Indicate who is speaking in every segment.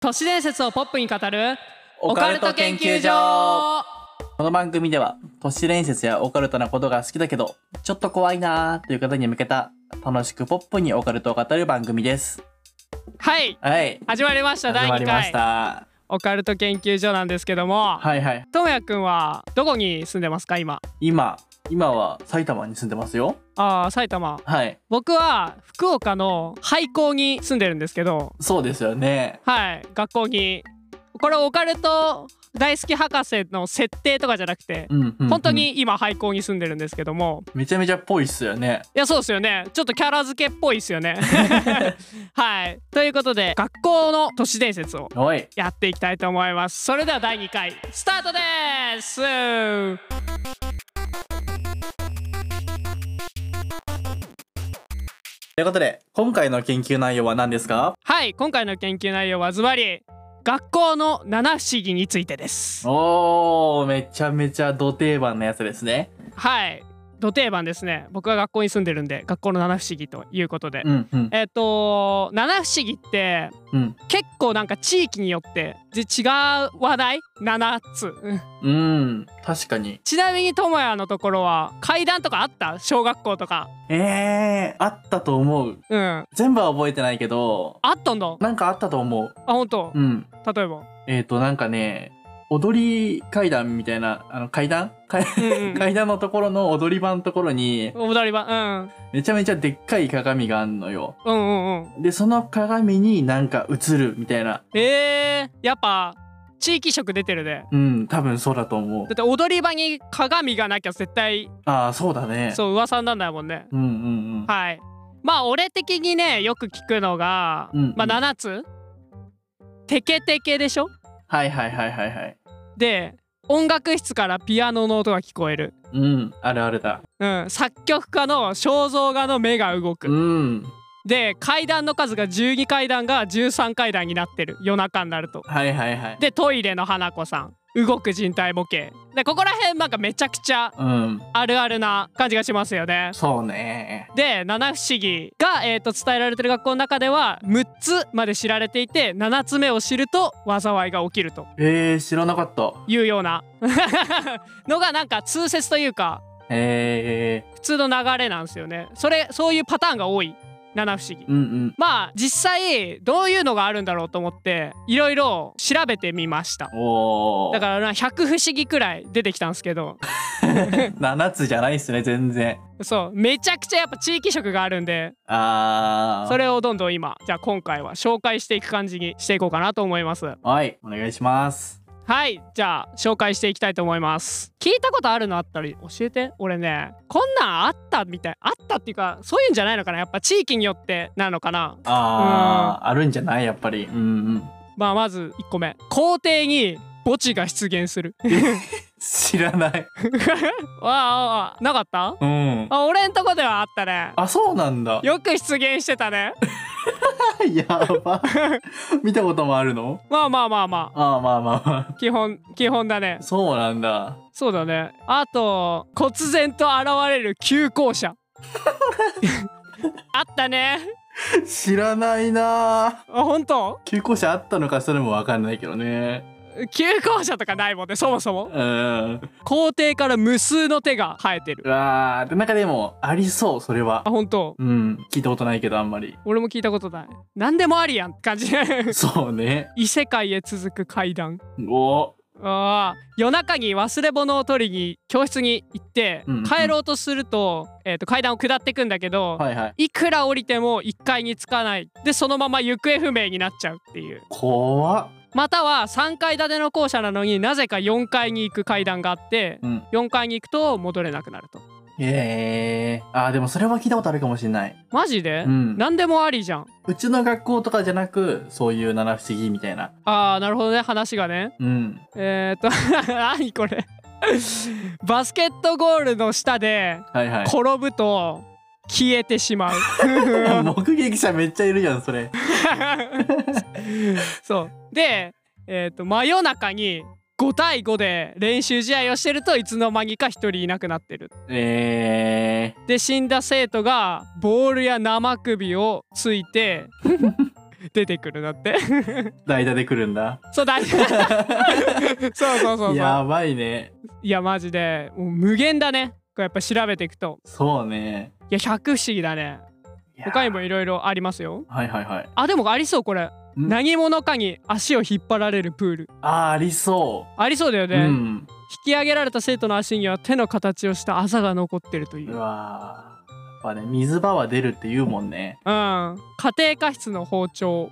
Speaker 1: 都市伝説をポップに語る
Speaker 2: オカルト研究所この番組では都市伝説やオカルトなことが好きだけどちょっと怖いなーという方に向けた楽しくポップにオカルトを語る番組です
Speaker 1: はい
Speaker 2: はい
Speaker 1: 始まりました第
Speaker 2: 始まり
Speaker 1: 2
Speaker 2: ま
Speaker 1: 回
Speaker 2: した
Speaker 1: オカルト研究所なんですけども
Speaker 2: はいはい
Speaker 1: ともやくんはどこに住んでますか今
Speaker 2: 今今は埼玉に住んでますよ
Speaker 1: あー埼玉
Speaker 2: はい
Speaker 1: 僕は福岡の廃校に住んでるんですけど
Speaker 2: そうですよね
Speaker 1: はい学校にこれオカルト大好き博士の設定とかじゃなくて
Speaker 2: うんうん、うん、
Speaker 1: 本当に今廃校に住んでるんですけども
Speaker 2: めちゃめちゃっぽいっすよね
Speaker 1: いやそうですよねちょっとキャラ付けっぽいですよね はいということで学校の都市伝説を
Speaker 2: おい
Speaker 1: やっていきたいと思いますそれでは第2回スタートです
Speaker 2: ということで今回の研究内容は何ですか
Speaker 1: はい今回の研究内容はズバリ学校の七不思議についてです
Speaker 2: おーめちゃめちゃド定番のやつですね
Speaker 1: はい土定番ですね僕は学校に住んでるんで学校の七不思議ということで、
Speaker 2: うんうん
Speaker 1: えっ、と七不思議って
Speaker 2: うん
Speaker 1: 結構なんか地域によってで違う話題7つうん
Speaker 2: うん確かに
Speaker 1: ちなみに智也のところは階段とかあった小学校とか
Speaker 2: えー、あったと思う
Speaker 1: うんあ
Speaker 2: 全部は覚えてないけど
Speaker 1: ったんだ
Speaker 2: なんかあったと思う
Speaker 1: あ本当
Speaker 2: うん
Speaker 1: 例えば
Speaker 2: えっ、となんかね踊り階段みたいなあの階段階
Speaker 1: うんうん
Speaker 2: 階段のところの踊り場のところに
Speaker 1: 踊り場
Speaker 2: めちゃめちゃでっかい鏡があんのよ
Speaker 1: うんうんうんうん
Speaker 2: でその鏡になんか映るみたいな
Speaker 1: えー、やっぱ地域色出てるで
Speaker 2: うん多分そうだと思う
Speaker 1: だって踊り場に鏡がなきゃ絶対
Speaker 2: ああそうだね
Speaker 1: そう噂になんないもんね
Speaker 2: うんうんうん
Speaker 1: はいまあ俺的にねよく聞くのが、
Speaker 2: うんうん
Speaker 1: まあ7つテケテケでしょ
Speaker 2: はいはいはいはいはい
Speaker 1: で音楽室からピアノの音が聞こえる
Speaker 2: うんあるあるだ
Speaker 1: うん、作曲家の肖像画の目が動く、
Speaker 2: うん
Speaker 1: で階段の数が12階段が13階段になってる夜中になると
Speaker 2: はいはいはい
Speaker 1: でトイレの花子さん動く人体模型でここら辺なんかめちゃくちゃ
Speaker 2: うん
Speaker 1: あるあるな感じがしますよね
Speaker 2: そうね
Speaker 1: で七不思議が、えー、と伝えられてる学校の中では6つまで知られていて7つ目を知ると災いが起きると
Speaker 2: えー、知らなかった
Speaker 1: いうような のがなんか通説というか
Speaker 2: え
Speaker 1: 普通の流れなんですよねそれそういうパターンが多い七不思議
Speaker 2: ー、うんうん
Speaker 1: まあ実際どういうのがあるんだろうと思っていろいろ調べてみました
Speaker 2: おお
Speaker 1: だからな100不思議くらい出てきたんですけど
Speaker 2: 7つじゃないっすね全然
Speaker 1: そうめちゃくちゃやっぱ地域色があるんで
Speaker 2: あー
Speaker 1: それをどんどん今じゃあ今回は紹介していく感じにしていこうかなと思います
Speaker 2: はいお願いします
Speaker 1: はいじゃあ紹介していきたいと思います聞いたことあるのあったら教えて俺ねこんなんあったみたいあったっていうかそういうんじゃないのかなやっぱ地域によってなのかな
Speaker 2: あーあるんじゃないやっぱりうんうん
Speaker 1: まあまず1個目校庭に墓地が出現す る
Speaker 2: 知らない
Speaker 1: わああなかった
Speaker 2: うん
Speaker 1: あ俺んとこではあったね
Speaker 2: あそうなんだ
Speaker 1: よく出現してたね
Speaker 2: やば見たこともあるの
Speaker 1: まあまあまあま
Speaker 2: あーまあまあま
Speaker 1: あ基本基本だね
Speaker 2: あそうなんだ
Speaker 1: そうだねあと忽然と現れる旧校 舎あったね
Speaker 2: 知らないな
Speaker 1: あ本当
Speaker 2: ー休校舎あったのかそれもわかんないけどね
Speaker 1: 旧校舎とかないもんねそもそも
Speaker 2: うん
Speaker 1: 校庭から無数の手が生えて
Speaker 2: う
Speaker 1: る
Speaker 2: わーでなんかでもありそうそれは
Speaker 1: あ本当
Speaker 2: うん聞いたことないけどあんまり
Speaker 1: 俺も聞いたことない何でもありやんって感じ
Speaker 2: そうね
Speaker 1: 異世界へ続く階段
Speaker 2: お
Speaker 1: ああ夜中に忘れ物を取りに教室に行って、
Speaker 2: うんうん
Speaker 1: 帰ろうとすると,、えー、と階段を下っていくんだけど、
Speaker 2: はいはい
Speaker 1: い、くら降りても1階に着かないでそのまま行方不明になっちゃうっていう
Speaker 2: 怖っ
Speaker 1: または3階建ての校舎なのになぜか4階に行く階段があって
Speaker 2: うん
Speaker 1: 4階に行くと戻れなくなると
Speaker 2: ええあーでもそれは聞いたことあるかもしれない
Speaker 1: マジで、
Speaker 2: うん
Speaker 1: 何でもありじゃん
Speaker 2: うちの学校とかじゃなくそういう七不思議みたいな
Speaker 1: あーなるほどね話がね
Speaker 2: うん
Speaker 1: えっ、ー、と 何これバスケットゴールの下で
Speaker 2: はいはい
Speaker 1: 転ぶと消えてし まう
Speaker 2: 目撃者めっちゃいるじゃんそれ
Speaker 1: そうで、えー、と真夜中に5対5で練習試合をしてるといつの間にか1人いなくなってる
Speaker 2: ええ
Speaker 1: で死んだ生徒がボールや生首をついて出てくるんだって
Speaker 2: 代打で来るんだ。
Speaker 1: そうだ そうそうそうそういや
Speaker 2: やばいね。
Speaker 1: マジでもう無限だねこれやっぱ調べていくと
Speaker 2: そうね。
Speaker 1: いや100不思議だね
Speaker 2: いや
Speaker 1: 他にもいろいろありますよ
Speaker 2: はいはいはい。
Speaker 1: あでもありそうこれ
Speaker 2: ん
Speaker 1: 何者かに足を引っ張られるプール
Speaker 2: あーありそ
Speaker 1: ありそうだよ
Speaker 2: う。
Speaker 1: ね、
Speaker 2: う
Speaker 1: 引
Speaker 2: ん。
Speaker 1: き上げられた生徒の足には手の形をしたあざが残ってるというう、うん、
Speaker 2: わー。やっぱね水場は出るって言うもんね。
Speaker 1: 家庭科室の包丁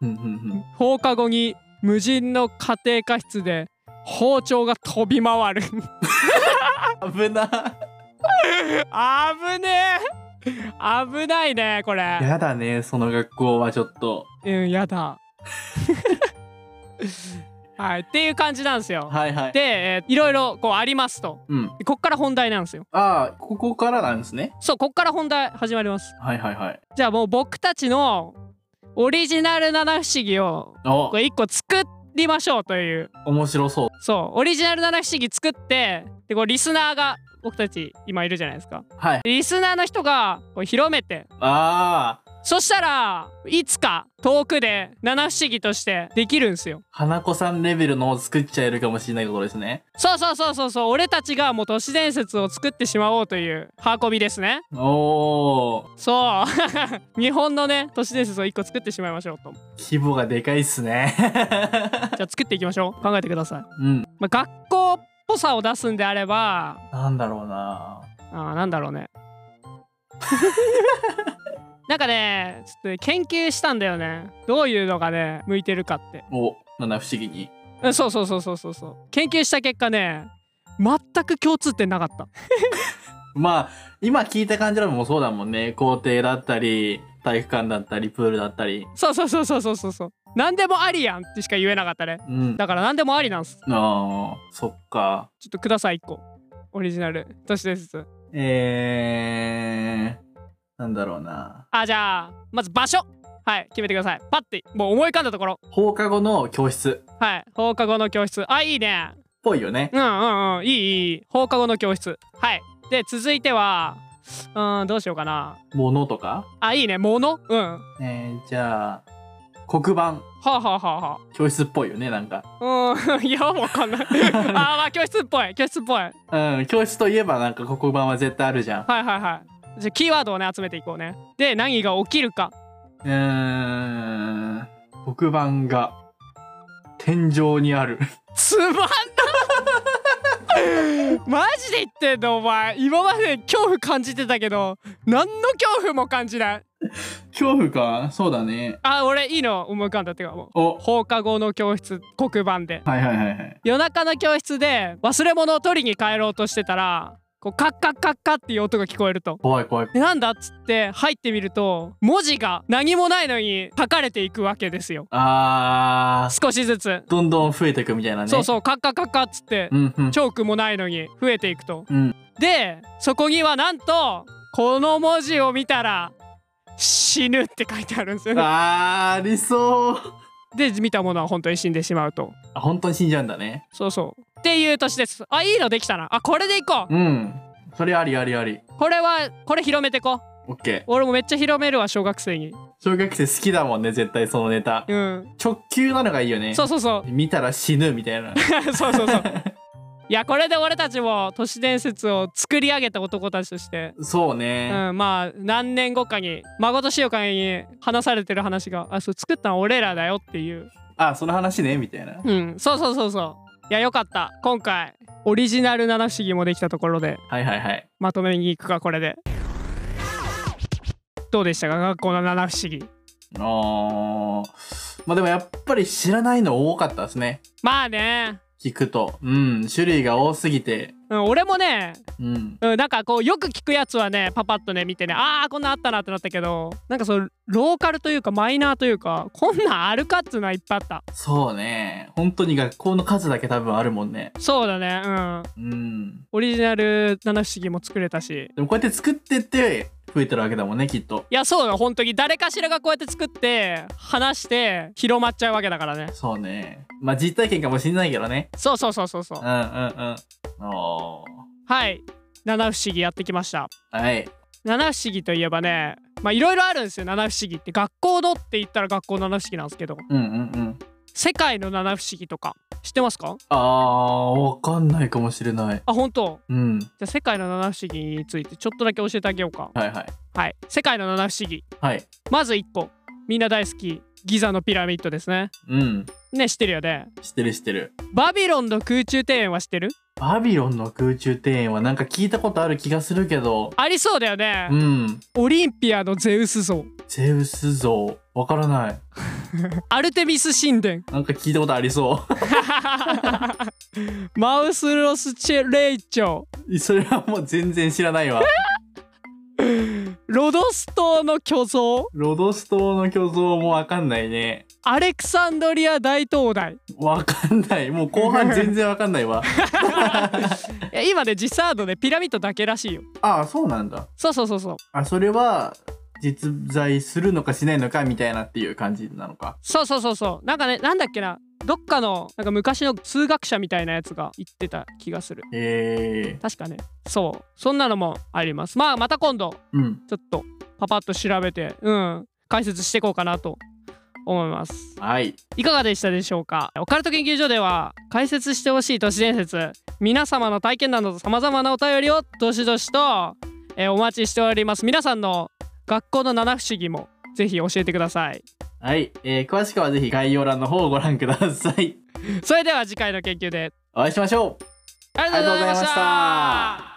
Speaker 2: うんうんうん。
Speaker 1: 放課後に無人の家庭科室で包丁が飛び回る
Speaker 2: 危な。
Speaker 1: 危ねえ危ないねこれ
Speaker 2: やだね、その学校はちょっと。
Speaker 1: うんやだ はいっていう感じなんですよ、
Speaker 2: はいはい。
Speaker 1: で、えーいろいろこうありますと
Speaker 2: うん。
Speaker 1: でこっから本題なんですよ
Speaker 2: ああ、ここからなんですね。
Speaker 1: そうこっから本題始まります
Speaker 2: はいはいはい。
Speaker 1: じゃあもう僕たちのオリジナル七不思議を
Speaker 2: お
Speaker 1: こ、れ一個作りましょうという
Speaker 2: 面白そう。
Speaker 1: そうオリジナル七不思議作ってでこうリスナーが僕たち今いるじゃないですか
Speaker 2: はい。
Speaker 1: リスナーの人がこう広めて
Speaker 2: ああ、
Speaker 1: そしたらいつか遠くで七不思議としてできるんですよ
Speaker 2: 花子さんレベルのを作っちゃえるかもしれないところですね。
Speaker 1: そうそうそうそうそう俺たちがもう都市伝説を作ってしまおうという運びですね
Speaker 2: おー、
Speaker 1: そう 日本のね都市伝説を一個作ってしまいましょうとじ
Speaker 2: 規模がでかいっすね。
Speaker 1: ゃあ作っていきましょう考えてください、
Speaker 2: うん、
Speaker 1: まあ、学校っぽさを出すんであれば
Speaker 2: なんだろうな。
Speaker 1: あーなんだろうねなんかねちょっとね研究したんだよねどういうのがね向いてるかって
Speaker 2: お、七不思議に。
Speaker 1: うんそうそうそうそうそうそう研究した結果ね全く共通点なかった
Speaker 2: まあ、今聞いた感じのもそうだもんね。校庭だったり、体育館だったり、プールだったり。
Speaker 1: そうそうそうそうそうそうそう何でもありやんってしか言えなかったね
Speaker 2: うん。
Speaker 1: だから何でもありなんす
Speaker 2: あー、そっか。
Speaker 1: ちょっとください1個オリジナル都市伝説
Speaker 2: えー、なんだろうな。
Speaker 1: あじゃあまず場所はい決めてくださいパッてもう思い浮かんだところ
Speaker 2: 放課後の教室っ
Speaker 1: はい放課後の教室あいいね
Speaker 2: ぽいよね。
Speaker 1: うんうんうんいいいい放課後の教室はいで続いてはうんどうしようかな
Speaker 2: ものとか
Speaker 1: あいいね物うんは
Speaker 2: えー、じゃあ、黒板。
Speaker 1: あ、はあはあは
Speaker 2: 教室っぽいよね、なんか。
Speaker 1: あ、うん いやわかんないあーまあ教室っぽい教室っぽいはい
Speaker 2: うん、教室といえばなんか黒板は絶対あるじゃん。
Speaker 1: はいはいじゃあキーワードをね集めていこうねで何が起きるか
Speaker 2: うーん、黒板が天井にある。
Speaker 1: つまんな マジで言ってんのお前今まで恐怖感じてたけど何の恐怖も感じない
Speaker 2: 恐怖か、そうだね。
Speaker 1: あ俺いいの思い浮かんだっていうかもう
Speaker 2: お、はい
Speaker 1: 放課後の教室黒板で
Speaker 2: はいはいはい。
Speaker 1: 夜中の教室で忘れ物を取りに帰ろうとしてたらこうカッカッカッカッっていう音が聞こえると。
Speaker 2: 怖い怖い。
Speaker 1: でなんだっつって入ってみると文字が何もないのに書かれていくわけですよ
Speaker 2: あー、
Speaker 1: 少しずつ、
Speaker 2: どんどん増えていくみたいなね。
Speaker 1: そうそうカッカッカッカッつって
Speaker 2: うんうん。
Speaker 1: チョークもないのに増えていくと、
Speaker 2: うん
Speaker 1: でそこにはなんとこの文字を見たら死ぬって書いてあるんですよね
Speaker 2: あー、ありそう。
Speaker 1: で見たものは本当に死んでしまうと
Speaker 2: あ、本当に死んじゃうんだね。
Speaker 1: そうそうっていう年ですあいいのできたなあこれでいこう
Speaker 2: うん。それありありあり。
Speaker 1: これはこれ広めてこう
Speaker 2: オッケー。
Speaker 1: 俺もめっちゃ広めるわ小学生に
Speaker 2: 小学生好きだもんね、絶対そのネタ。
Speaker 1: うん
Speaker 2: 直球なのがいいよね。
Speaker 1: そうそうそう
Speaker 2: 見たら死ぬみたいな。
Speaker 1: そうそうそういやこれで俺たちも都市伝説を作り上げた男たちとして、
Speaker 2: そう
Speaker 1: う
Speaker 2: ね。
Speaker 1: ん、まあ何年後かに孫としおかに話されてる話があそう作ったの俺らだよっていう
Speaker 2: あその話ねみたいな
Speaker 1: うんそうそうそうそういやよかった今回オリジナル七不思議もできたところで
Speaker 2: はいはいはい
Speaker 1: まとめに行くかこれでどうでしたか学校の七不思議
Speaker 2: あーまあでもやっぱり知らないの多かったですね
Speaker 1: まあね、
Speaker 2: 聞くとうん種類が多すぎて
Speaker 1: うん、俺もね
Speaker 2: うん
Speaker 1: うん、なんかこうよく聞くやつはねパパッとね見てねあーこんなんあったなってなったけどなんかそのローカルというかマイナーというかこんなんあるかっつうのはいっぱいあった
Speaker 2: そうね本当に学校の数だけ多分あるもんね
Speaker 1: そうだねうん
Speaker 2: うん
Speaker 1: オリジナル七不思議も作れたし
Speaker 2: でもこうやって作ってって増えてるわけだもんねきっと
Speaker 1: いやそうだ本当に誰かしらがこうやって作って話して広まっちゃうわけだからね
Speaker 2: そうねまあ実体験かもしんないけどね
Speaker 1: そうそうそうそうそう
Speaker 2: うんうんうんおー
Speaker 1: はい七不思議やってきました
Speaker 2: はい
Speaker 1: 七不思議といえばねまあいろいろあるんですよ七不思議って学校のって言ったら学校の七不思議なんですけど
Speaker 2: うんうんうん。
Speaker 1: 世界の七不思議とか知ってますか
Speaker 2: あー、わかんないかもしれない。
Speaker 1: あ本当
Speaker 2: うん。
Speaker 1: じゃあ世界の七不思議についてちょっとだけ教えてあげようか
Speaker 2: はいはい。
Speaker 1: はい世界の七不思議
Speaker 2: はい。
Speaker 1: まず1個みんな大好きギザのピラミッドですね
Speaker 2: うん。
Speaker 1: ね知ってるよね
Speaker 2: 知ってる知ってる。
Speaker 1: バビロンの空中庭園は知ってる
Speaker 2: バビロンの空中庭園はなんか聞いたことある気がするけど。
Speaker 1: ありそうだよね
Speaker 2: うん。
Speaker 1: オリンピアのゼウス像
Speaker 2: ゼウス像。わからない。
Speaker 1: アルテミス神殿
Speaker 2: なんか聞いたことありそ
Speaker 1: マウスロスチェレイチョ
Speaker 2: う。 それはもう全然知らないわ。
Speaker 1: ロドス島の巨像
Speaker 2: ロドス島の巨像もわかんないね。
Speaker 1: アレクサンドリア大灯台
Speaker 2: わかんない。もう後半全然わかんないわ。
Speaker 1: いや今ね実際あるのねピラミッドだけらしいよ
Speaker 2: ああ、そうなんだ。
Speaker 1: そうそうそうそう
Speaker 2: あ、それは実在するのかしないのかみたいなっていう感じなのか。
Speaker 1: そうそうそうそうなんかねなんだっけなどっかのなんか昔の数学者みたいなやつが言ってた気がする
Speaker 2: ええ
Speaker 1: 確かねそうそんなのもありますまあまた今度
Speaker 2: うん。
Speaker 1: ちょっとパパッと調べてうん解説していこうかなと思います
Speaker 2: はい。
Speaker 1: いかがでしたでしょうかオカルト研究所では解説してほしい都市伝説皆様の体験などさまざまなお便りをどしどしと、えーお待ちしております皆さんの学校の七不思議もぜひ教えてください
Speaker 2: はい。えー、詳しくはぜひ概要欄の方をご覧ください。
Speaker 1: それでは次回の研究で
Speaker 2: お会いしましょう
Speaker 1: ありがとうございま
Speaker 2: ありがとうございま
Speaker 1: し
Speaker 2: したた